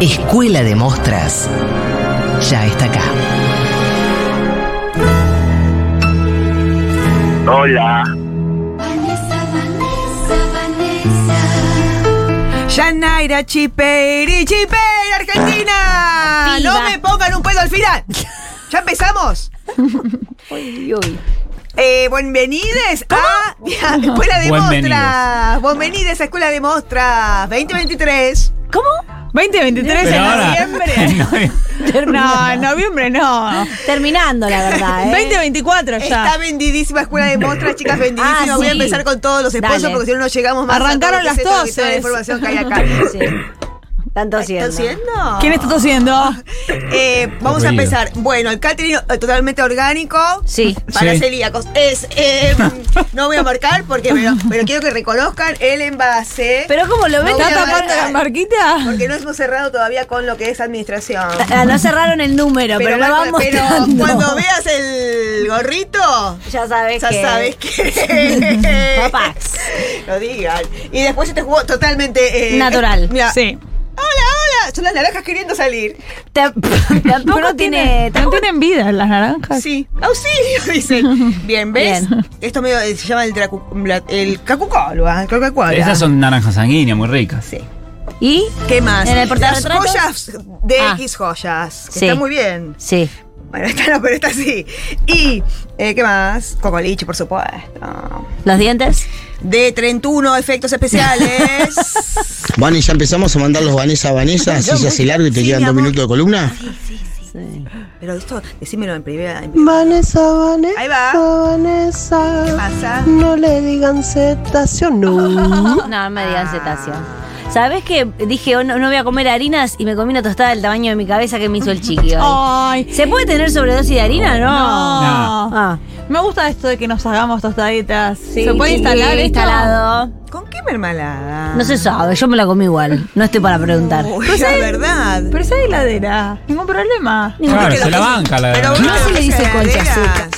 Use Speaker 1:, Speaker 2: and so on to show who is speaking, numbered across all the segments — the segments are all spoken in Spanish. Speaker 1: Escuela de Mostras ya está acá.
Speaker 2: Hola.
Speaker 3: Yanaira Chiperi, Chiperi, Argentina.
Speaker 4: Viva.
Speaker 3: No me pongan un pedo al final. ¿Ya empezamos? Eh, bienvenides a a Escuela de
Speaker 5: Buenvenides.
Speaker 3: Mostras. Bienvenides a Escuela de Mostras 2023.
Speaker 4: ¿Cómo?
Speaker 6: 2023
Speaker 5: Pero
Speaker 6: en
Speaker 5: ahora-
Speaker 6: noviembre. no, en noviembre no.
Speaker 4: Terminando, la verdad. ¿eh?
Speaker 6: 2024
Speaker 3: Está
Speaker 6: ya.
Speaker 3: vendidísima Escuela de Mostras, chicas, vendidísima.
Speaker 4: Ah,
Speaker 3: Voy a
Speaker 4: sí.
Speaker 3: empezar con todos los esposos
Speaker 4: Dale.
Speaker 3: porque si no, no llegamos más. a
Speaker 6: Arrancaron
Speaker 3: todo lo que
Speaker 6: las
Speaker 3: se trata y toda la
Speaker 6: toses.
Speaker 3: información que hay acá.
Speaker 4: Sí. Están tosiendo.
Speaker 3: ¿Están siendo?
Speaker 6: ¿Quién está tosiendo?
Speaker 4: Ah,
Speaker 3: Eh, vamos a
Speaker 5: Ruido.
Speaker 3: empezar. Bueno, el catering eh, totalmente orgánico.
Speaker 4: Sí.
Speaker 3: Para
Speaker 5: Sí.
Speaker 3: celíacos. Es, eh, no voy a marcar porque me lo- pero quiero que reconozcan el envase.
Speaker 4: Pero como lo ven,
Speaker 3: No,
Speaker 6: ¿Está
Speaker 3: voy a
Speaker 6: tapando
Speaker 3: marcar.
Speaker 6: la marquita?
Speaker 3: porque no hemos cerrado todavía con lo que es administración.
Speaker 4: Ah, no cerraron el número, pero, lo
Speaker 3: Marco,
Speaker 4: vamos
Speaker 3: pero
Speaker 4: mostrando.
Speaker 3: cuando veas el gorrito,
Speaker 4: Ya sabes
Speaker 3: ya
Speaker 4: que.
Speaker 3: sabes que.
Speaker 4: Papax.
Speaker 3: Lo digan. Y después este jugo totalmente. eh,
Speaker 4: Natural.
Speaker 3: eh, mira.
Speaker 6: Sí.
Speaker 3: Hola, hola. Son las naranjas queriendo salir.
Speaker 4: Ta- Tampoco
Speaker 6: No
Speaker 4: tiene.
Speaker 6: tiene- no tienen vida las naranjas.
Speaker 3: Sí. Auxilio, dicen. Bien, ¿ves?
Speaker 4: Bien.
Speaker 3: Esto medio eh, se llama el, dracu- la- el cacucolba, el Coca-Cola.
Speaker 5: Esas son naranjas sanguíneas, muy ricas.
Speaker 3: Sí.
Speaker 4: ¿Y?
Speaker 3: ¿Qué más?
Speaker 4: ¿En
Speaker 3: Las
Speaker 4: el portarretratos?
Speaker 3: joyas de
Speaker 4: Ah.
Speaker 3: X joyas. Que
Speaker 4: Sí.
Speaker 3: están muy bien.
Speaker 4: Sí.
Speaker 3: Bueno, esta no, pero esta sí. Y, eh, ¿qué más? Cocoliche, por supuesto.
Speaker 4: ¿Los dientes?
Speaker 3: De 31 efectos especiales.
Speaker 7: Vani, ¿ya empezamos a mandar los Vanessa a Vanessa? Así se hace largo y te
Speaker 3: Sí,
Speaker 7: quedan
Speaker 3: mi
Speaker 7: dos
Speaker 3: amor.
Speaker 7: minutos de columna.
Speaker 3: pero esto, decímelo en primera. en primera.
Speaker 8: Vanessa, Vanessa,
Speaker 3: Ahí va.
Speaker 8: Vanessa.
Speaker 3: ¿Qué pasa?
Speaker 8: No le digan cetación, no.
Speaker 4: No, no me digan cetáceo. ¿Sabes qué? Dije, oh, no, no voy a comer harinas y me comí una tostada del tamaño de mi cabeza que me hizo el chiqui hoy.
Speaker 6: Ay.
Speaker 4: ¿Se puede tener sobredosis de harina? No.
Speaker 6: Oh. No.
Speaker 4: Ah.
Speaker 6: Me gusta esto de que nos hagamos tostaditas.
Speaker 4: Sí,
Speaker 6: ¿Se puede
Speaker 4: sí,
Speaker 6: instalar esto?
Speaker 4: instalado.
Speaker 3: ¿Con qué mermalada?
Speaker 4: No se sabe, yo me la comí igual. No estoy para preguntar.
Speaker 3: Uy, la verdad.
Speaker 6: Pero esa heladera. Ningún problema.
Speaker 5: Claro,
Speaker 3: Porque
Speaker 5: se la
Speaker 3: los-
Speaker 5: banca la
Speaker 3: pero
Speaker 5: de-
Speaker 3: bueno,
Speaker 4: No se le dice
Speaker 3: esas
Speaker 4: concha
Speaker 3: heladeras.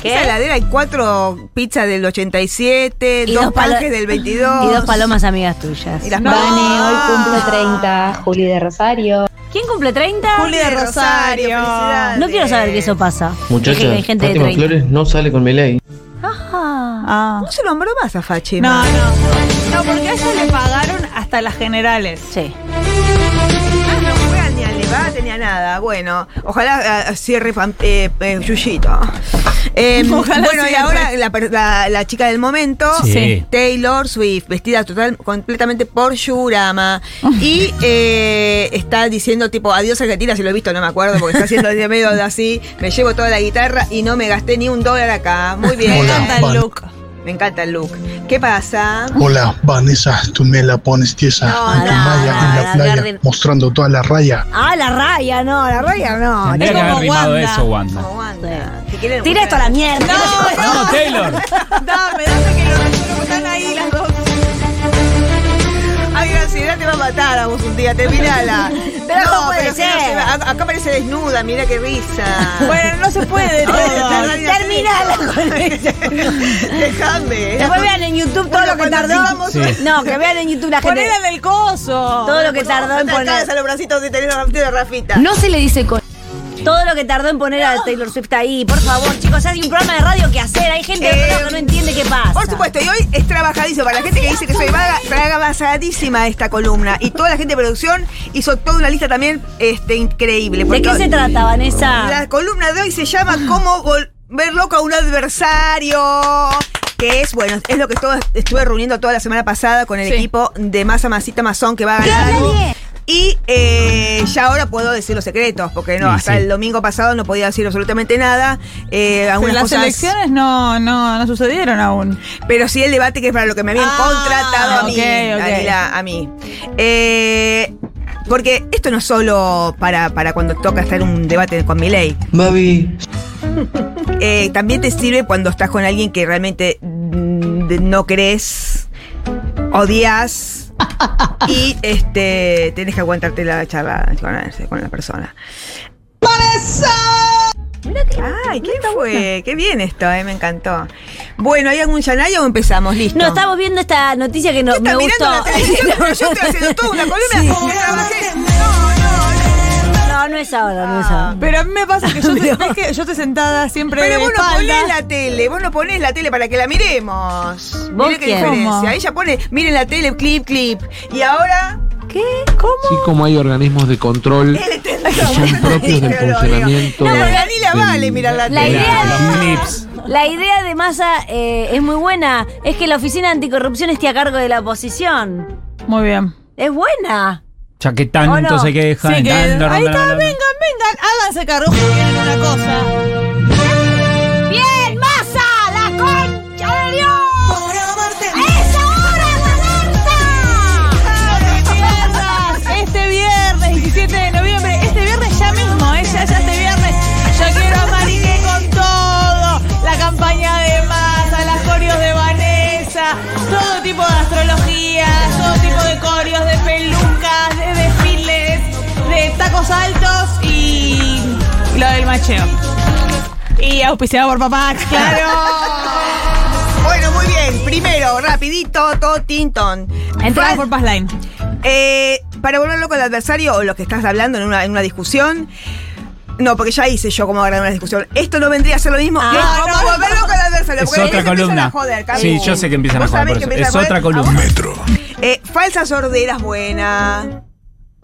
Speaker 4: ¿Qué?
Speaker 3: Esa heladera hay cuatro pizzas del 87,
Speaker 4: Y
Speaker 3: dos,
Speaker 4: dos palo-
Speaker 3: panques del 22.
Speaker 4: Y dos palomas amigas tuyas.
Speaker 3: Y las
Speaker 6: No.
Speaker 3: palomas.
Speaker 9: Vane, hoy cumple 30, Juli de Rosario.
Speaker 4: ¿Quién cumple 30?
Speaker 3: Juli de Rosario. felicidades.
Speaker 4: No quiero saber que eso pasa. Es que
Speaker 10: Muchacha,
Speaker 4: hay gente de
Speaker 10: Fátima
Speaker 4: 30.
Speaker 10: Flores no sale con mi ley.
Speaker 4: Ajá.
Speaker 6: Ah.
Speaker 3: No se nombró más a Fachi.
Speaker 6: No, no. No, porque a ella le pagaron hasta las generales.
Speaker 4: Sí.
Speaker 3: Ah, no juega ni al debate ni a nada. Bueno, ojalá ah, cierre Fan- eh, eh, Yuyito. Eh,
Speaker 6: Ojalá
Speaker 3: bueno, y
Speaker 6: cierre.
Speaker 3: ahora la, per- la- la chica del momento,
Speaker 5: Sí.
Speaker 3: Taylor Swift, vestida total, completamente por Yurama. Y eh, está diciendo tipo, adiós Argentina, si lo he visto, no me acuerdo, porque está haciendo de medio de así, me llevo toda la guitarra y no me gasté ni un dólar acá. Muy bien.
Speaker 6: Me
Speaker 7: Hola,
Speaker 6: encanta el
Speaker 7: Juan.
Speaker 6: look.
Speaker 3: Me encanta el look. ¿Qué pasa?
Speaker 11: Hola, Vanessa, tú me la pones tiesa
Speaker 3: No,
Speaker 11: en tu
Speaker 3: no,
Speaker 11: malla
Speaker 4: no,
Speaker 11: en
Speaker 4: no,
Speaker 11: la playa,
Speaker 4: Gardel.
Speaker 11: mostrando toda la raya.
Speaker 4: Ah, la raya, no, la raya no.
Speaker 5: Tendría
Speaker 6: es
Speaker 5: que haber
Speaker 6: como
Speaker 5: rimado
Speaker 6: Wanda.
Speaker 5: eso, Wanda.
Speaker 3: ¿Cómo anda? Si quieren-
Speaker 4: Tira esto a la mierda.
Speaker 5: No, Taylor.
Speaker 6: Dame, dame que lo están ahí las dos.
Speaker 3: Ay, la ansiedad te va a matar a vos un día, terminala.
Speaker 4: Pero no puede
Speaker 3: si no
Speaker 4: ser.
Speaker 3: se va. Acá parece desnuda, mira qué risa.
Speaker 6: Bueno, no se puede
Speaker 3: Ay, está
Speaker 6: todo.
Speaker 3: re gracioso.
Speaker 4: terminala con
Speaker 3: Déjame.
Speaker 4: Después vean en YouTube todo
Speaker 3: Bueno,
Speaker 4: lo que
Speaker 3: cuando
Speaker 4: tardó.
Speaker 3: sigamos-
Speaker 5: Sí.
Speaker 4: No, que vean en YouTube la gente.
Speaker 6: Ponela del coso.
Speaker 4: Todo lo que tardó en
Speaker 3: No te alcanzan
Speaker 4: poner.
Speaker 3: los bracitos de tener de Rafita.
Speaker 9: No se le dice con.
Speaker 4: Todo lo que tardó en poner a Taylor Swift ahí. Por favor, chicos, hay un programa de radio que hacer. Hay gente del
Speaker 3: Eh,
Speaker 4: otro lado que no entiende qué pasa.
Speaker 3: Por supuesto, y hoy es trabajadizo. Para la gente que dice que soy vaga, trabajadísima esta columna. Y toda la gente de producción hizo toda una lista también este, increíble.
Speaker 4: ¿De qué
Speaker 3: porque-
Speaker 4: se trata,
Speaker 6: Ah.
Speaker 4: Vanessa?
Speaker 3: La columna de hoy se llama Cómo volver loco a un adversario. Que es, bueno, es lo que estuve, estuve reuniendo toda la semana pasada con el
Speaker 6: Sí.
Speaker 3: equipo de Masa Masita Mazón que va a ganar. Y eh, ya ahora puedo decir los secretos, porque no,
Speaker 5: Sí,
Speaker 3: hasta
Speaker 5: sí.
Speaker 3: el domingo pasado no podía decir absolutamente nada. Eh,
Speaker 6: Pero
Speaker 3: algunas
Speaker 6: las
Speaker 3: cosas-
Speaker 6: elecciones no, no, no sucedieron aún.
Speaker 3: Pero sí el debate que es para lo que me habían
Speaker 6: Ah,
Speaker 3: contratado a mí.
Speaker 6: ok, ok.
Speaker 3: Daniela, a mí. Eh, Porque esto no es solo para, para cuando toca hacer un debate con mi ley. eh, también te sirve cuando estás con alguien que realmente mm, de- no crees, odias y este tenés que aguantarte la charla con, con la persona. Ay, ¿qué fue? Qué bien esto, eh, me encantó. Bueno, ¿hay algún llanario o empezamos? Listo.
Speaker 4: No, estamos viendo esta noticia que no,
Speaker 3: Está
Speaker 4: me
Speaker 3: mirando la
Speaker 4: gustó.
Speaker 3: televisión, pero yo estoy haciendo toda una columna. Me trabajé.
Speaker 4: no, no es ahora, no es ahora.
Speaker 6: Pero a mí me pasa que yo, te- ves que yo estoy sentada siempre
Speaker 3: Pero
Speaker 6: de
Speaker 3: vos no
Speaker 6: espalda.
Speaker 3: ponés la tele, vos no ponés la tele para que la miremos.
Speaker 4: ¿Vos
Speaker 3: Mire qué
Speaker 4: quién?
Speaker 3: diferencia.
Speaker 6: ¿Cómo?
Speaker 3: Ella pone, miren la tele, clip, clip. Y ahora.
Speaker 2: Así como hay organismos de control que son propios del funcionamiento.
Speaker 3: No, pero ni la
Speaker 2: del-
Speaker 3: vale mirar la
Speaker 4: La
Speaker 5: La-
Speaker 3: tele.
Speaker 4: idea
Speaker 5: los
Speaker 4: de-
Speaker 5: clips.
Speaker 4: La idea de Massa eh, es muy buena. Es que la oficina anticorrupción esté a cargo de la oposición.
Speaker 6: Muy bien.
Speaker 4: Es buena.
Speaker 5: Ya que tanto
Speaker 4: ¿O no?
Speaker 5: se que
Speaker 6: Sí,
Speaker 5: dejan.
Speaker 6: que- ahí
Speaker 5: dando, dando,
Speaker 6: está, vengan,
Speaker 5: dando, dando.
Speaker 6: vengan, háganse cargo que quieren una cosa.
Speaker 4: ¡Bien, Massa! ¡La concha de Dios! ¡Es
Speaker 6: Este viernes, 17 de noviembre, este viernes ya mismo, ¿eh? ya, ya este viernes, yo quiero a Mariné con todo, la campaña de masa, las coreos de Vanessa, todo tipo de astrología, todo tipo de coreos, de pelucas, de desfiles, de tacos altos y lo del macheo. Y auspiciado por papá, claro.
Speaker 3: Bueno, muy bien. Primero, rapidito, todo tintón.
Speaker 6: Entrada
Speaker 3: Fran-
Speaker 6: por Passline.
Speaker 3: Eh, para volver loco al adversario o lo que estás hablando en una, en una discusión. No, porque ya hice yo como agarrar una discusión. Esto no vendría a ser lo mismo.
Speaker 4: Ah,
Speaker 3: que
Speaker 4: no,
Speaker 3: como
Speaker 4: no,
Speaker 3: volver loco al adversario.
Speaker 5: Es
Speaker 3: porque
Speaker 5: otra
Speaker 3: ellos empiezan
Speaker 5: columna.
Speaker 3: a joder,
Speaker 5: sí,
Speaker 3: Capu.
Speaker 5: yo sé que empiezan a
Speaker 3: Vos
Speaker 5: joder.
Speaker 3: sabés
Speaker 5: por
Speaker 3: que
Speaker 5: eso.
Speaker 3: empiezan
Speaker 5: Es
Speaker 3: a joder.
Speaker 5: otra
Speaker 3: ¿A vos?
Speaker 5: columna.
Speaker 3: Eh, falsas orderas buena.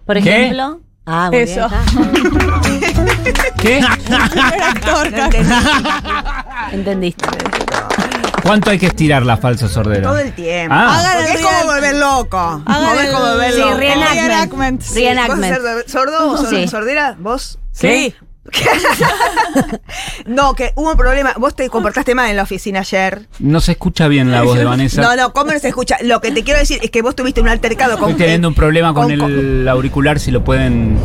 Speaker 4: Por
Speaker 5: ¿Qué?
Speaker 4: ejemplo. Ah, muy
Speaker 6: Eso.
Speaker 4: bien. está.
Speaker 5: ¿Qué?
Speaker 3: No entendí.
Speaker 4: Entendiste.
Speaker 5: ¿Cuánto hay que estirar las falsas orderas?
Speaker 3: Todo el tiempo.
Speaker 5: Ah.
Speaker 6: Hagan
Speaker 3: Porque
Speaker 6: el
Speaker 3: es como
Speaker 6: real-
Speaker 3: volver loco.
Speaker 6: hagan
Speaker 3: Como es
Speaker 6: el-
Speaker 3: como volver
Speaker 6: sí,
Speaker 3: loco.
Speaker 6: reenact-
Speaker 4: reenactment.
Speaker 6: Reenactment, sí.
Speaker 3: ¿Vos
Speaker 4: Reenactment.
Speaker 3: sos sordo- sordo o sor-
Speaker 4: Sí.
Speaker 3: sordera? ¿Vos?
Speaker 5: ¿Qué?
Speaker 3: No, que hubo un problema. Vos te comportaste mal en la oficina ayer.
Speaker 5: No se escucha bien la voz de Vanessa.
Speaker 3: No, no, ¿cómo no se escucha? Lo que te quiero decir es que vos tuviste un altercado con.
Speaker 5: Estoy teniendo un problema con,
Speaker 3: con-
Speaker 5: el auricular, si lo pueden...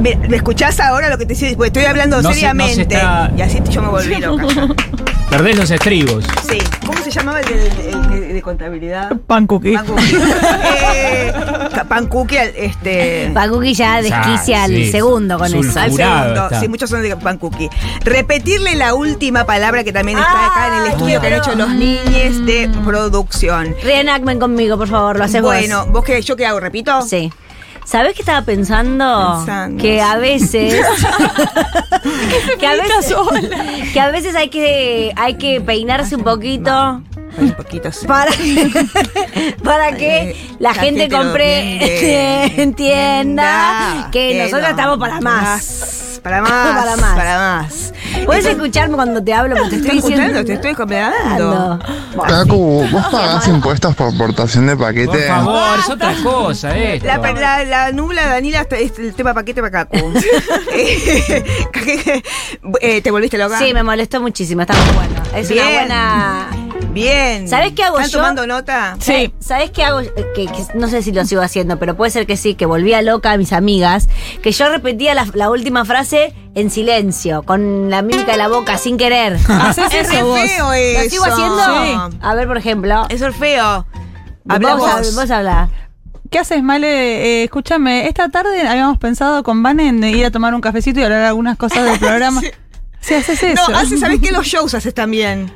Speaker 3: ¿Me, me escuchás ahora lo que te decís? Porque estoy hablando
Speaker 5: No se-
Speaker 3: seriamente.
Speaker 5: no se está-
Speaker 3: Y así yo me volví loca.
Speaker 5: Perdés los estribos.
Speaker 3: Sí. ¿Cómo se llamaba el de, el de- de contabilidad?
Speaker 6: Pan cookie.
Speaker 3: Pan Cookie. Eh, pan Cookie, este.
Speaker 4: Pacuqui ya desquicia
Speaker 5: Ah,
Speaker 4: al
Speaker 5: sí.
Speaker 4: segundo con eso.
Speaker 5: Sulfa.
Speaker 3: Al
Speaker 5: Jurado
Speaker 3: segundo.
Speaker 5: está.
Speaker 3: Sí, muchos son de pan cookie. Repetirle la última palabra que también está acá en el
Speaker 5: Ah,
Speaker 3: estudio que han hecho los niñes de producción.
Speaker 4: Reenactment conmigo, por favor, lo haces
Speaker 3: Bueno, vos qué, yo qué hago, repito.
Speaker 4: vos. Sí. ¿Sabés qué estaba pensando?
Speaker 3: Pensando,
Speaker 4: que a
Speaker 3: sí.
Speaker 4: veces. que, a veces que a veces hay que, hay que peinarse un poquito.
Speaker 3: Un poquito sí.
Speaker 4: para, para que
Speaker 3: Eh,
Speaker 4: la,
Speaker 3: la
Speaker 4: gente,
Speaker 3: gente lo
Speaker 4: compre,
Speaker 3: entiende.
Speaker 4: entienda que nosotros
Speaker 3: no. Ah,
Speaker 4: estamos para más.
Speaker 3: Para más.
Speaker 4: Para más.
Speaker 3: Para más.
Speaker 4: Puedes escucharme cuando te hablo, porque te
Speaker 3: Estoy
Speaker 4: estoy diciendo. Ah,
Speaker 3: escuchando, te estoy completando.
Speaker 11: Caco, ¿vos pagás impuestos por portación de
Speaker 5: Por
Speaker 11: paquete?
Speaker 5: favor, es otra cosa esto.
Speaker 3: La, pa- la, la nubla Danila está- es el tema paquete pacaco. eh, ¿Te volviste loca?
Speaker 4: Sí, me molestó muchísimo, está muy bueno. Es una
Speaker 3: Bien.
Speaker 4: buena.
Speaker 3: Bien.
Speaker 4: ¿Sabés qué hago
Speaker 3: ¿Están
Speaker 4: yo?
Speaker 3: tomando nota?
Speaker 6: Sí.
Speaker 4: ¿Sabes qué hago? Eh, Que, que no sé si lo sigo haciendo, pero puede ser que sí, que volvía loca a mis amigas, que yo repetía la, la última frase en silencio, con la mímica de la boca, sin querer.
Speaker 6: Haces
Speaker 3: Es re
Speaker 6: eso vos.
Speaker 3: feo
Speaker 4: ¿Lo
Speaker 3: Ah, eso.
Speaker 4: sigo haciendo?
Speaker 3: Sí.
Speaker 4: A ver, por ejemplo.
Speaker 3: Es re feo. Habla
Speaker 4: vos, hab-
Speaker 3: vos.
Speaker 4: vos hablá.
Speaker 6: ¿Qué haces, Male? Eh, escúchame, esta tarde habíamos pensado con Van en ir a tomar un cafecito y hablar algunas cosas del programa. sí. haces
Speaker 3: No,
Speaker 6: eso.
Speaker 3: haces, ¿sabés qué? Los shows haces también.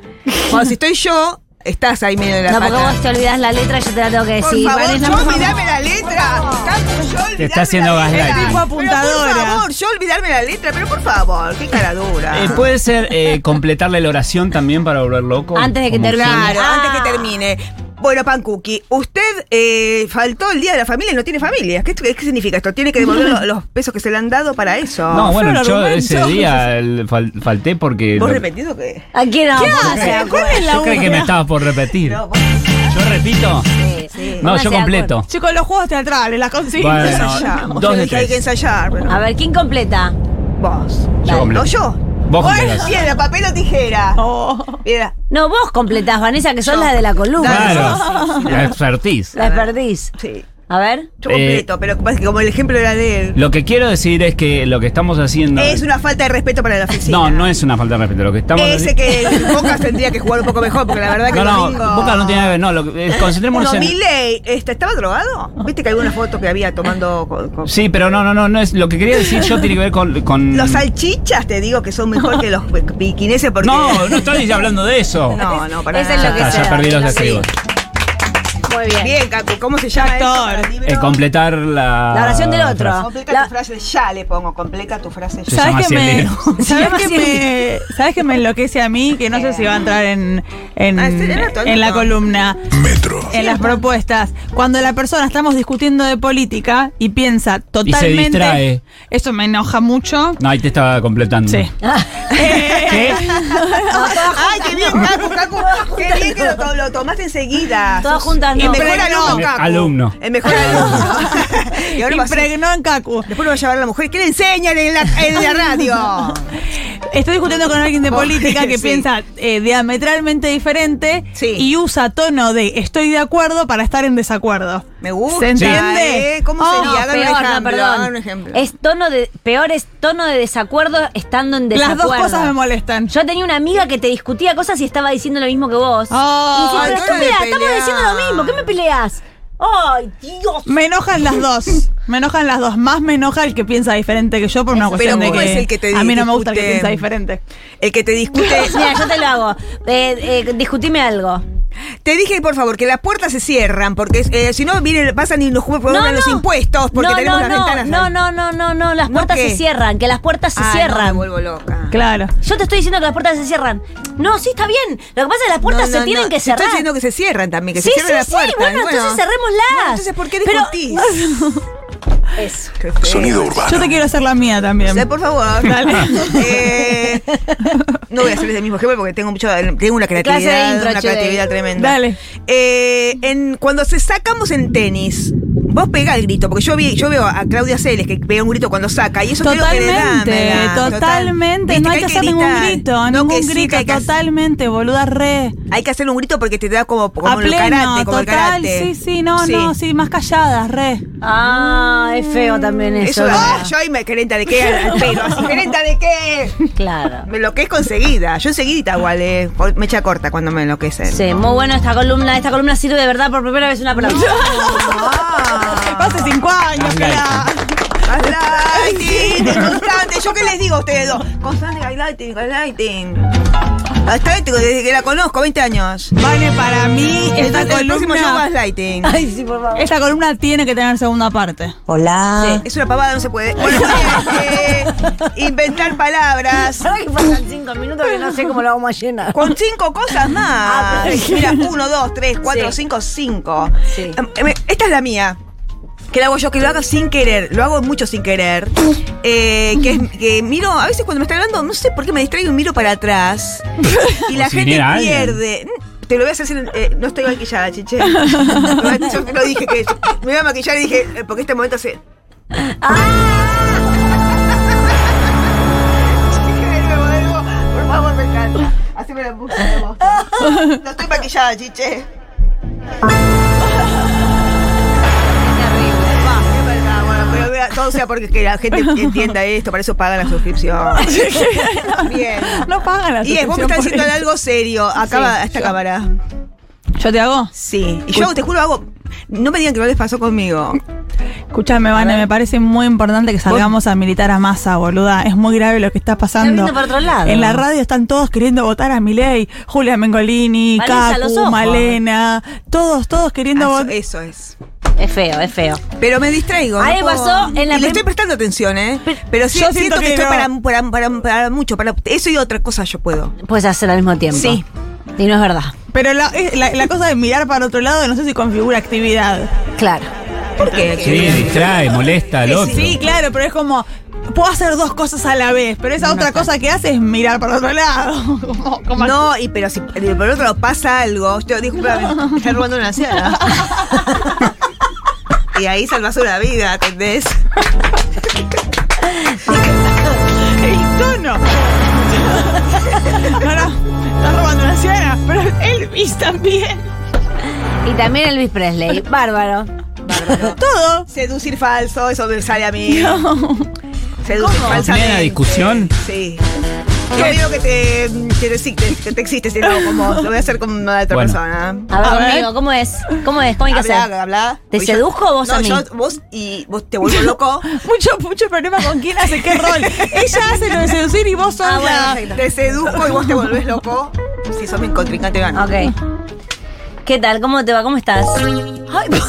Speaker 3: Cuando si estoy yo, estás ahí medio de la
Speaker 4: No,
Speaker 3: pata.
Speaker 4: porque vos te olvidás la letra, yo te la tengo que
Speaker 3: Por
Speaker 4: decir.
Speaker 3: favor,
Speaker 4: Vanessa,
Speaker 3: yo
Speaker 4: por favor.
Speaker 3: olvidame la letra. Tanto yo olvidame
Speaker 5: está haciendo
Speaker 3: la letra.
Speaker 5: gaslighting.
Speaker 6: Tipo apuntadora.
Speaker 3: Pero por favor, yo olvidarme la letra, pero por favor, qué cara dura.
Speaker 5: Eh, ¿Puede ser eh, completarle la oración también para volver loco?
Speaker 4: Antes de que
Speaker 5: Como
Speaker 4: termine.
Speaker 5: opción.
Speaker 3: Claro,
Speaker 4: Ah.
Speaker 3: antes que termine. Bueno, Pan Cookie, usted eh, faltó el día de la familia y no tiene familia. ¿Qué, qué significa esto? Tiene que devolver lo- los pesos que se le han dado para eso.
Speaker 5: No, bueno,
Speaker 6: Flor,
Speaker 5: yo
Speaker 6: argumento.
Speaker 5: ese día el fal- falté porque...
Speaker 3: ¿Vos
Speaker 5: lo-
Speaker 3: repetido que?
Speaker 4: ¿A quién no? Pónganse de
Speaker 6: ¿Cuál
Speaker 4: acuerdo.
Speaker 6: es la
Speaker 5: yo creí que me
Speaker 6: última?
Speaker 5: estabas por repetir.
Speaker 3: No,
Speaker 5: ¿Yo repito?
Speaker 4: Sí, sí.
Speaker 5: No,
Speaker 4: Pónganse
Speaker 5: yo
Speaker 4: de
Speaker 5: completo.
Speaker 6: Chicos, los juegos teatrales, las consignas.
Speaker 5: Bueno, dos
Speaker 3: ensayamos. Yo
Speaker 5: de
Speaker 3: dije, Hay que
Speaker 5: tres.
Speaker 3: ensayar,
Speaker 4: acuerdo.
Speaker 3: bueno.
Speaker 4: A ver, ¿quién completa?
Speaker 3: Ah, Vos.
Speaker 5: Yo completo.
Speaker 3: ¿No yo?
Speaker 5: Vos
Speaker 3: Bueno,
Speaker 5: completás.
Speaker 3: piedra, papel o tijera.
Speaker 6: Oh.
Speaker 3: Piedra.
Speaker 4: No, vos completás, Vanessa, que sos la de la columna.
Speaker 5: Claro, la expertise.
Speaker 4: La perdís.
Speaker 3: Sí.
Speaker 4: A ver.
Speaker 5: Eh,
Speaker 3: Yo completo, pero pasa que como el ejemplo era de él.
Speaker 5: Lo que quiero decir es que lo que estamos haciendo.
Speaker 3: Es una falta de respeto para la oficina.
Speaker 5: No, no es una falta de respeto. Lo que estamos
Speaker 3: Ese que Boca tendría que jugar un poco mejor, porque la verdad que
Speaker 5: No,
Speaker 3: el
Speaker 5: no,
Speaker 3: domingo.
Speaker 5: Boca no tiene nada que ver. No, lo que- eh, concentrémonos en.
Speaker 3: No, Milei, este, ¿estaba drogado? ¿Viste que había una foto que había tomando co- co-
Speaker 5: Sí, pero no, no, no, no es. Lo que quería decir yo tiene que ver con. con-
Speaker 3: Los salchichas te digo que son mejor que los biquineses porque.
Speaker 5: No, no estoy hablando de eso.
Speaker 3: No, no, para
Speaker 4: Eso
Speaker 5: Ya
Speaker 4: es
Speaker 3: nada.
Speaker 4: lo que
Speaker 5: está,
Speaker 4: se
Speaker 5: ya
Speaker 4: da.
Speaker 5: perdí los
Speaker 4: Sí.
Speaker 5: deseos.
Speaker 4: Muy bien.
Speaker 3: Bien, Cacu, ¿cómo se llama
Speaker 6: Actor.
Speaker 3: eso?
Speaker 5: Eh, completar la.
Speaker 4: La oración del otro.
Speaker 5: frase.
Speaker 3: Completa
Speaker 4: Ah. La-
Speaker 3: tu frase, ya le pongo, completa tu frase
Speaker 5: Se
Speaker 3: ya.
Speaker 5: llama
Speaker 6: ¿Sabes que me,
Speaker 5: Cielero.
Speaker 4: llama
Speaker 6: ¿sabes que me, ¿sabes que me enloquece a mí? Que no sé si va a entrar en, en,
Speaker 3: Ah, este era todo
Speaker 6: en la
Speaker 3: loco.
Speaker 6: columna. En las propuestas. Cuando la persona estamos discutiendo de política y piensa totalmente.
Speaker 5: distrae.
Speaker 6: Eso me enoja mucho.
Speaker 5: No, ahí te estaba completando.
Speaker 6: Sí.
Speaker 4: Ah.
Speaker 5: ¿Qué?
Speaker 3: Ay, qué bien, Cacu, Cacu. Qué bien que lo, to- lo tomaste enseguida.
Speaker 4: Todas juntas,
Speaker 3: El
Speaker 4: no.
Speaker 3: mejor
Speaker 6: Pero
Speaker 3: alumno,
Speaker 6: no.
Speaker 3: Cacu.
Speaker 5: Alumno.
Speaker 3: El mejor alumno. y ahora va a ser-
Speaker 6: Impregnó en Cacu.
Speaker 3: Después lo va a llevar la mujer. ¿Qué le enseñan en la, en la radio?
Speaker 6: Estoy discutiendo con alguien de política que
Speaker 3: Sí.
Speaker 6: piensa eh, diametralmente diferente
Speaker 3: Sí.
Speaker 6: y usa tono de estoy de acuerdo para estar en desacuerdo.
Speaker 3: Me gusta.
Speaker 6: ¿Se entiende?
Speaker 3: ¿eh? ¿Cómo
Speaker 6: Oh,
Speaker 3: sería? Hagan
Speaker 4: peor,
Speaker 3: un
Speaker 4: no,
Speaker 3: ejemplo.
Speaker 4: perdón.
Speaker 3: hagan un ejemplo.
Speaker 4: Es tono de, peor es tono de desacuerdo estando en
Speaker 6: Las
Speaker 4: desacuerdo.
Speaker 6: dos cosas me molestan.
Speaker 4: Yo tenía una amiga que te discutía cosas y estaba diciendo lo mismo que vos.
Speaker 6: Oh,
Speaker 4: y
Speaker 3: ay,
Speaker 4: decís, pero
Speaker 3: no me
Speaker 4: estúpida, estamos
Speaker 3: peleás.
Speaker 4: diciendo lo mismo, ¿qué me peleas? ¡Ay, Dios!
Speaker 6: Me enojan las dos. Me enojan las dos. Más me enoja el que piensa diferente que yo por una
Speaker 3: Pero
Speaker 6: cuestión de
Speaker 3: ¿cómo
Speaker 6: que,
Speaker 3: es el que te
Speaker 6: a mí no me gusta el que
Speaker 3: discute?
Speaker 6: piensa diferente.
Speaker 3: El que te discute.
Speaker 4: Mira, yo te lo hago. Eh, eh, discutime algo.
Speaker 3: Te dije, por favor, que las puertas se cierran, porque eh, si no, vienen, pasan y nos cobran los impuestos, porque
Speaker 4: no,
Speaker 3: tenemos
Speaker 4: no,
Speaker 3: las
Speaker 4: no,
Speaker 3: ventanas.
Speaker 4: No,
Speaker 3: ahí.
Speaker 4: no, no, no, no, las
Speaker 3: ¿No
Speaker 4: puertas
Speaker 3: qué?
Speaker 4: se cierran, que las puertas se
Speaker 3: Ay, no, me
Speaker 4: cierran.
Speaker 3: vuelvo loca.
Speaker 6: Claro.
Speaker 4: Yo te estoy diciendo que las puertas se cierran. No, sí, está bien. Lo que pasa es que las puertas
Speaker 3: No,
Speaker 4: se
Speaker 3: no,
Speaker 4: tienen
Speaker 3: no.
Speaker 4: que
Speaker 3: Si
Speaker 4: cerrar.
Speaker 3: Estoy diciendo que se cierran también, que
Speaker 4: sí,
Speaker 3: se cierran
Speaker 4: sí,
Speaker 3: las
Speaker 4: sí,
Speaker 3: puertas.
Speaker 4: bueno, entonces cerrémoslas.
Speaker 3: Bueno, entonces, ¿por qué
Speaker 4: Pero-
Speaker 3: discutís?
Speaker 4: Eso.
Speaker 3: Qué feo.
Speaker 6: Yo te quiero hacer la mía también.
Speaker 3: O sea, por favor. Eh, no voy a hacerles el mismo ejemplo porque tengo mucho, tengo una creatividad,
Speaker 4: Clase de intro,
Speaker 3: una
Speaker 4: che.
Speaker 3: creatividad tremenda.
Speaker 6: Dale.
Speaker 3: Eh, en, cuando se sacamos en tenis, vos pegá el grito, porque yo vi, yo veo a Claudia Celes que pega un grito cuando saca, y eso creo que le da, me
Speaker 6: Totalmente,
Speaker 3: da, total.
Speaker 6: totalmente.
Speaker 3: Viste
Speaker 6: No hay que, hacer ningún
Speaker 3: gritar.
Speaker 6: grito,
Speaker 3: No, que
Speaker 6: ningún
Speaker 3: sí, que
Speaker 6: grito,
Speaker 3: hay que hacer-
Speaker 6: totalmente, boluda re.
Speaker 3: Hay que hacer un grito porque te da como, como
Speaker 6: A
Speaker 3: el
Speaker 6: pleno,
Speaker 3: karate, como el
Speaker 6: total,
Speaker 3: karate.
Speaker 6: sí, sí, no, no, sí, más calladas, re.
Speaker 4: Ah, es feo también eso.
Speaker 3: Eso,
Speaker 4: ¿verdad?
Speaker 3: ah, yo ahí me gerenta de qué al al pelo, así, gerenta de qué.
Speaker 4: Claro.
Speaker 3: Me enloquezco enseguida. Yo enseguida igual, eh, por- mecha corta cuando me enloquecen.
Speaker 4: Sí, muy bueno esta columna. Esta columna sirve de verdad por primera vez un aplauso.
Speaker 3: Ah,
Speaker 6: Hace cinco años,
Speaker 5: Anda,
Speaker 6: cara.
Speaker 3: haz lighting, constante. ¿Yo qué les digo a ustedes dos? Constante, hay lighting, hay lighting. Hasta desde que la conozco, 20 años.
Speaker 6: Vale, para mí
Speaker 3: El,
Speaker 6: esta
Speaker 3: el próximo show
Speaker 6: columna, Ah,
Speaker 3: más lighting.
Speaker 4: Ay, sí, por favor.
Speaker 6: esta columna tiene que tener segunda parte.
Speaker 8: Hola.
Speaker 3: Es una pavada, no se puede. Bueno, eh, inventar palabras.
Speaker 4: ¿Sabes que pasan cinco minutos que no sé cómo lo vamos a llenar?
Speaker 3: Con cinco cosas
Speaker 4: Ah,
Speaker 3: más.
Speaker 4: perfecto.
Speaker 3: Mira, uno, dos, tres, cuatro,
Speaker 4: Sí.
Speaker 3: cinco, cinco.
Speaker 4: Sí.
Speaker 3: Em, em, Esta es la mía. Que la hago yo, que lo hago sin querer, lo hago mucho sin querer. Eh, que, es- que miro, a veces cuando me está hablando, no sé por qué me distraigo y miro para atrás. Y la
Speaker 5: si
Speaker 3: gente
Speaker 5: viniera alguien.
Speaker 3: pierde. Mm, Te lo voy a hacer sin- eh, no estoy maquillada, chiche. Yo te lo dije que me voy a maquillar y dije, eh, porque este momento se. Chique, de nuevo, de nuevo. Por favor, me encanta. Haceme la música de vos. No estoy maquillada, chiche. Ah, qué verdad, bueno, pero vea, Todo sea porque que la gente entienda esto, para eso pagan la suscripción. Bien.
Speaker 6: No pagan la
Speaker 3: Y es, vos me
Speaker 6: suscripción
Speaker 3: estás
Speaker 6: por
Speaker 3: diciendo
Speaker 6: eso.
Speaker 3: algo serio. Acaba esta cámara.
Speaker 6: ¿Yo te hago?
Speaker 3: Sí. Y yo te juro, hago. No me digan que no les pasó conmigo.
Speaker 6: Escuchame, Vane, me parece muy importante que salgamos a militar a masa, boluda. Es muy grave lo que está
Speaker 4: Está
Speaker 6: pasando.
Speaker 4: viendo para otro lado.
Speaker 6: En la radio están todos queriendo votar a Milei, Julia Mengolini,
Speaker 4: Vanessa, los
Speaker 6: Cacu,
Speaker 4: ojos. eh.
Speaker 6: Malena, todos, todos queriendo
Speaker 3: Ah,
Speaker 6: votar.
Speaker 3: Eso, eso es.
Speaker 4: Es feo, es feo.
Speaker 3: Pero me distraigo.
Speaker 4: A
Speaker 3: no
Speaker 4: él
Speaker 3: puedo.
Speaker 4: pasó en la
Speaker 3: Y le
Speaker 4: prim-
Speaker 3: estoy prestando atención, ¿eh?
Speaker 4: Pero-
Speaker 3: Pero sí,
Speaker 6: Yo
Speaker 3: siento,
Speaker 6: siento
Speaker 3: que,
Speaker 6: que
Speaker 3: estoy
Speaker 6: no.
Speaker 3: para, para- para- para mucho. Para eso y otra cosa yo puedo.
Speaker 4: Puedes hacer al mismo tiempo.
Speaker 3: Sí.
Speaker 4: Y no es verdad.
Speaker 6: Pero la, es- la- la cosa de mirar para otro lado, no sé si configura actividad.
Speaker 4: Claro.
Speaker 3: ¿Por qué?
Speaker 5: Sí, distrae, molesta al otro.
Speaker 6: Eh, Sí, claro, pero es como, puedo hacer dos cosas a la vez, pero esa otra cosa que hace es mirar para otro lado. Como- como-
Speaker 3: No, y pero si pero por otro lado pasa algo, yo disculpame, me está robando una anciana. y ahí salvas una vida, ¿entendés?
Speaker 6: El tono. No, no, está robando una anciana, pero Elvis también.
Speaker 4: Y también Elvis Presley. Bárbaro. Bárbaro.
Speaker 3: bárbaro.
Speaker 6: Todo.
Speaker 3: Seducir falso, eso me sale a mí. Seducir
Speaker 6: ¿Cómo?
Speaker 3: falsamente.
Speaker 5: ¿Plena discusión?
Speaker 3: Sí. Yo digo que te, que te existe, que te existe, sino como lo voy a hacer con una otra
Speaker 5: Bueno.
Speaker 3: persona.
Speaker 4: A ver,
Speaker 6: A ver.
Speaker 4: conmigo, ¿cómo es? ¿Cómo es? ¿Cómo hay Ah, que hacer?
Speaker 3: Habla, habla.
Speaker 4: ¿Te
Speaker 3: Porque yo-
Speaker 4: seduzco vos
Speaker 3: no,
Speaker 4: a mí?
Speaker 3: yo, vos y vos te vuelvo loco.
Speaker 6: Mucho, mucho problema con quién hace qué rol. Ella hace lo de seducir y vos sos
Speaker 4: Ah, bueno,
Speaker 6: la-
Speaker 4: perfecto.
Speaker 3: Te seduzco y vos te volvés loco. Si sos mi contrincante, gano.
Speaker 4: Ok. ¿Qué tal? ¿Cómo te va? ¿Cómo estás?
Speaker 3: Ay, ¿ves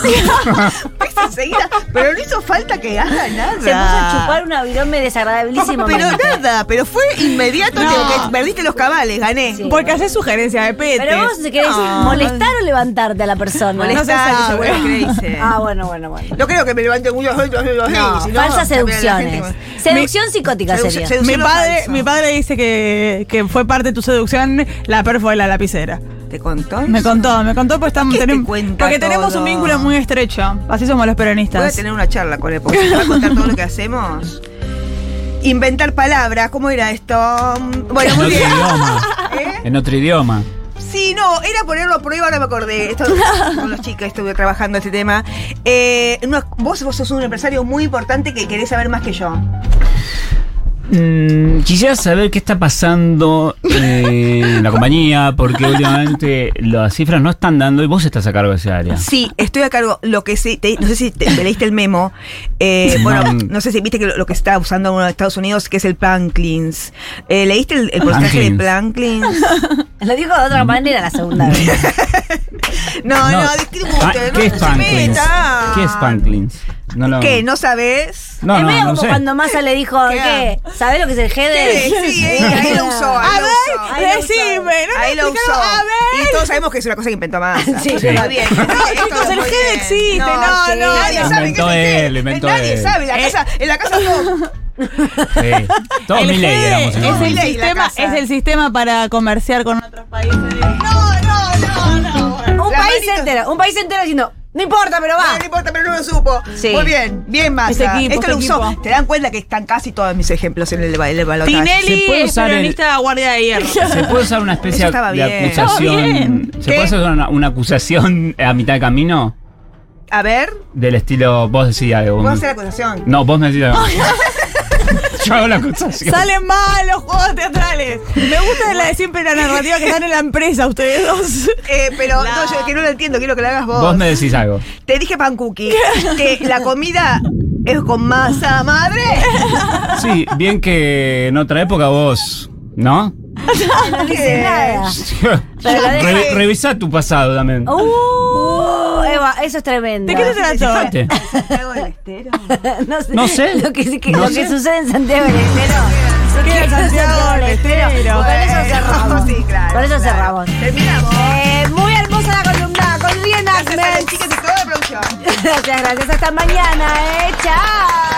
Speaker 3: enseguida? Pero no hizo falta que haga nada.
Speaker 4: Se puso a chupar un avirome desagradabilísimo.
Speaker 3: Pero
Speaker 4: Marita.
Speaker 3: nada, pero fue inmediato.
Speaker 6: No.
Speaker 3: te- que perdiste los cabales, gané.
Speaker 4: Sí.
Speaker 6: Porque haces sugerencia de pete.
Speaker 4: Pero vos si querés
Speaker 3: No.
Speaker 4: molestar o levantarte a la persona.
Speaker 3: Molestar,
Speaker 6: No se sabe.
Speaker 3: seguro que le hice.
Speaker 4: Ah, bueno, bueno, bueno.
Speaker 3: No creo que me levante mucho.
Speaker 4: No, falsas seducciones. Seducción psicótica
Speaker 3: Seduc-
Speaker 4: sería.
Speaker 3: seduc-
Speaker 6: mi
Speaker 3: Seducción
Speaker 6: padre,
Speaker 3: falso.
Speaker 6: mi padre dice que, que fue parte de tu seducción la perfo de la lapicera.
Speaker 3: ¿Te contó?
Speaker 6: Me contó, me contó porque, estamos,
Speaker 3: ¿Qué te
Speaker 6: tenem-
Speaker 3: cuenta
Speaker 6: porque tenemos
Speaker 3: todo?
Speaker 6: un vínculo muy estrecho. Así somos los
Speaker 3: Voy a
Speaker 6: peronistas.
Speaker 3: tener una charla con él, porque se va a contar todo lo que hacemos. Inventar palabras, ¿cómo era esto? Bueno,
Speaker 5: En otro
Speaker 3: muy bien.
Speaker 5: idioma.
Speaker 3: ¿Eh?
Speaker 5: En otro idioma.
Speaker 3: Sí, no, era ponerlo a prueba, ahora me acordé. Esto, con los chicas estuve trabajando este tema. Eh, no, vos, vos sos un empresario muy importante que querés saber más que yo.
Speaker 5: Mm, quisiera saber qué está pasando eh, en la compañía, porque últimamente las cifras no están dando y vos estás a cargo de esa área.
Speaker 3: Sí, estoy a cargo. Lo que sí, te- no sé si te, te leíste el memo. Eh,
Speaker 5: No.
Speaker 3: bueno, no sé si viste que lo, lo que está usando uno de Estados Unidos, que es el plan cleans. Eh, ¿Leíste el, el porcentaje de
Speaker 5: cleans.
Speaker 3: plan cleans?
Speaker 4: Lo dijo de otra manera la segunda vez.
Speaker 3: No, no,
Speaker 5: No.
Speaker 3: discute,
Speaker 5: Ah,
Speaker 3: no
Speaker 5: ¿Qué es
Speaker 3: se
Speaker 5: Panklins?
Speaker 3: metan.
Speaker 5: ¿Qué es Panklins? No lo-
Speaker 3: ¿Qué? ¿No sabes?
Speaker 5: No,
Speaker 4: es
Speaker 5: no,
Speaker 4: medio
Speaker 5: no
Speaker 4: como
Speaker 5: sé.
Speaker 4: cuando Massa le dijo,
Speaker 3: ¿Qué?
Speaker 4: ¿qué? ¿Sabés lo que es el
Speaker 3: ¿Qué?
Speaker 4: GD?
Speaker 3: Sí, eh, ahí lo usó. Ahí
Speaker 6: A
Speaker 3: lo
Speaker 6: ver,
Speaker 3: usó.
Speaker 4: ahí lo usó.
Speaker 6: decime. No
Speaker 3: Ahí
Speaker 6: me
Speaker 3: lo usó.
Speaker 6: explicaron. A ver.
Speaker 3: Y todos sabemos que es una cosa que inventó Massa.
Speaker 4: Sí.
Speaker 5: Sí.
Speaker 3: Está bien.
Speaker 6: No,
Speaker 3: Esto
Speaker 6: chicos,
Speaker 3: es
Speaker 6: el
Speaker 3: muy
Speaker 6: GED
Speaker 3: bien.
Speaker 6: existe. No, Eh. no,
Speaker 3: nadie
Speaker 6: no.
Speaker 3: sabe
Speaker 5: Inventó
Speaker 3: qué es el
Speaker 5: él,
Speaker 3: GED.
Speaker 5: inventó
Speaker 3: Nadie
Speaker 5: él.
Speaker 3: sabe. La casa, en la casa todos.
Speaker 5: Sí. Todos
Speaker 6: El
Speaker 5: Milei
Speaker 6: GD
Speaker 5: éramos,
Speaker 6: es
Speaker 5: ¿no?
Speaker 6: el,
Speaker 3: Milei, la
Speaker 6: sistema,
Speaker 3: casa.
Speaker 6: es el sistema para comerciar con otros países.
Speaker 4: Un
Speaker 3: Las
Speaker 4: país
Speaker 3: manitos.
Speaker 4: entero, un país entero diciendo, no importa, pero
Speaker 3: No,
Speaker 4: va.
Speaker 3: no importa, pero no lo supo.
Speaker 4: Sí.
Speaker 3: Muy bien, bien Massa.
Speaker 6: Este equipo,
Speaker 3: Esto lo
Speaker 6: este
Speaker 3: usó.
Speaker 6: equipo.
Speaker 3: Te dan cuenta que están casi todos mis ejemplos en el, ba- el balotaje.
Speaker 6: Tinelli
Speaker 5: puede
Speaker 6: es
Speaker 5: usar el-
Speaker 6: peronista guardia de hierro.
Speaker 5: Se puede usar una especie de
Speaker 3: Eso estaba bien.
Speaker 6: Estaba
Speaker 5: acusación.
Speaker 6: bien.
Speaker 5: ¿Se puede
Speaker 3: ¿Qué?
Speaker 5: hacer una, una acusación a mitad de camino?
Speaker 3: A ver,
Speaker 5: Del estilo, vos decís algo.
Speaker 3: ¿puedo hacer la acusación?
Speaker 5: No, vos me decís algo. Yo hago la acusación.
Speaker 6: Salen mal los juegos teatrales. Me gusta la de siempre la narrativa que están en la empresa ustedes dos.
Speaker 3: Eh, pero no, yo que no lo entiendo, quiero que lo hagas vos.
Speaker 5: Vos me decís algo.
Speaker 3: Te dije pan cookie que la comida es con masa madre.
Speaker 5: Sí, bien que en otra época vos, ¿no?
Speaker 3: ¿Qué?
Speaker 4: Nada. Pero lo deja-
Speaker 5: Re- revisa tu pasado también.
Speaker 3: Oh.
Speaker 4: Uh, Eva, eso es tremendo.
Speaker 6: ¿De qué se trató?
Speaker 5: Fíjate.
Speaker 3: Santiago del Estero.
Speaker 4: no sé.
Speaker 5: No sé.
Speaker 4: Lo que, que-
Speaker 5: No
Speaker 4: lo
Speaker 5: sé.
Speaker 4: que sucede en Santiago del Estero. Lo que
Speaker 6: era
Speaker 4: sucede en
Speaker 6: Santiago del Estero.
Speaker 4: Con eso
Speaker 3: Bueno,
Speaker 4: cerramos.
Speaker 3: sí, claro,
Speaker 4: Con eso
Speaker 3: claro.
Speaker 4: cerramos.
Speaker 3: Terminamos.
Speaker 4: Eh, muy hermosa la columna con Liliana
Speaker 3: Gracias a las
Speaker 4: Ahmed.
Speaker 3: chicas de toda la producción.
Speaker 4: Gracias, gracias. Hasta mañana, eh. Chao.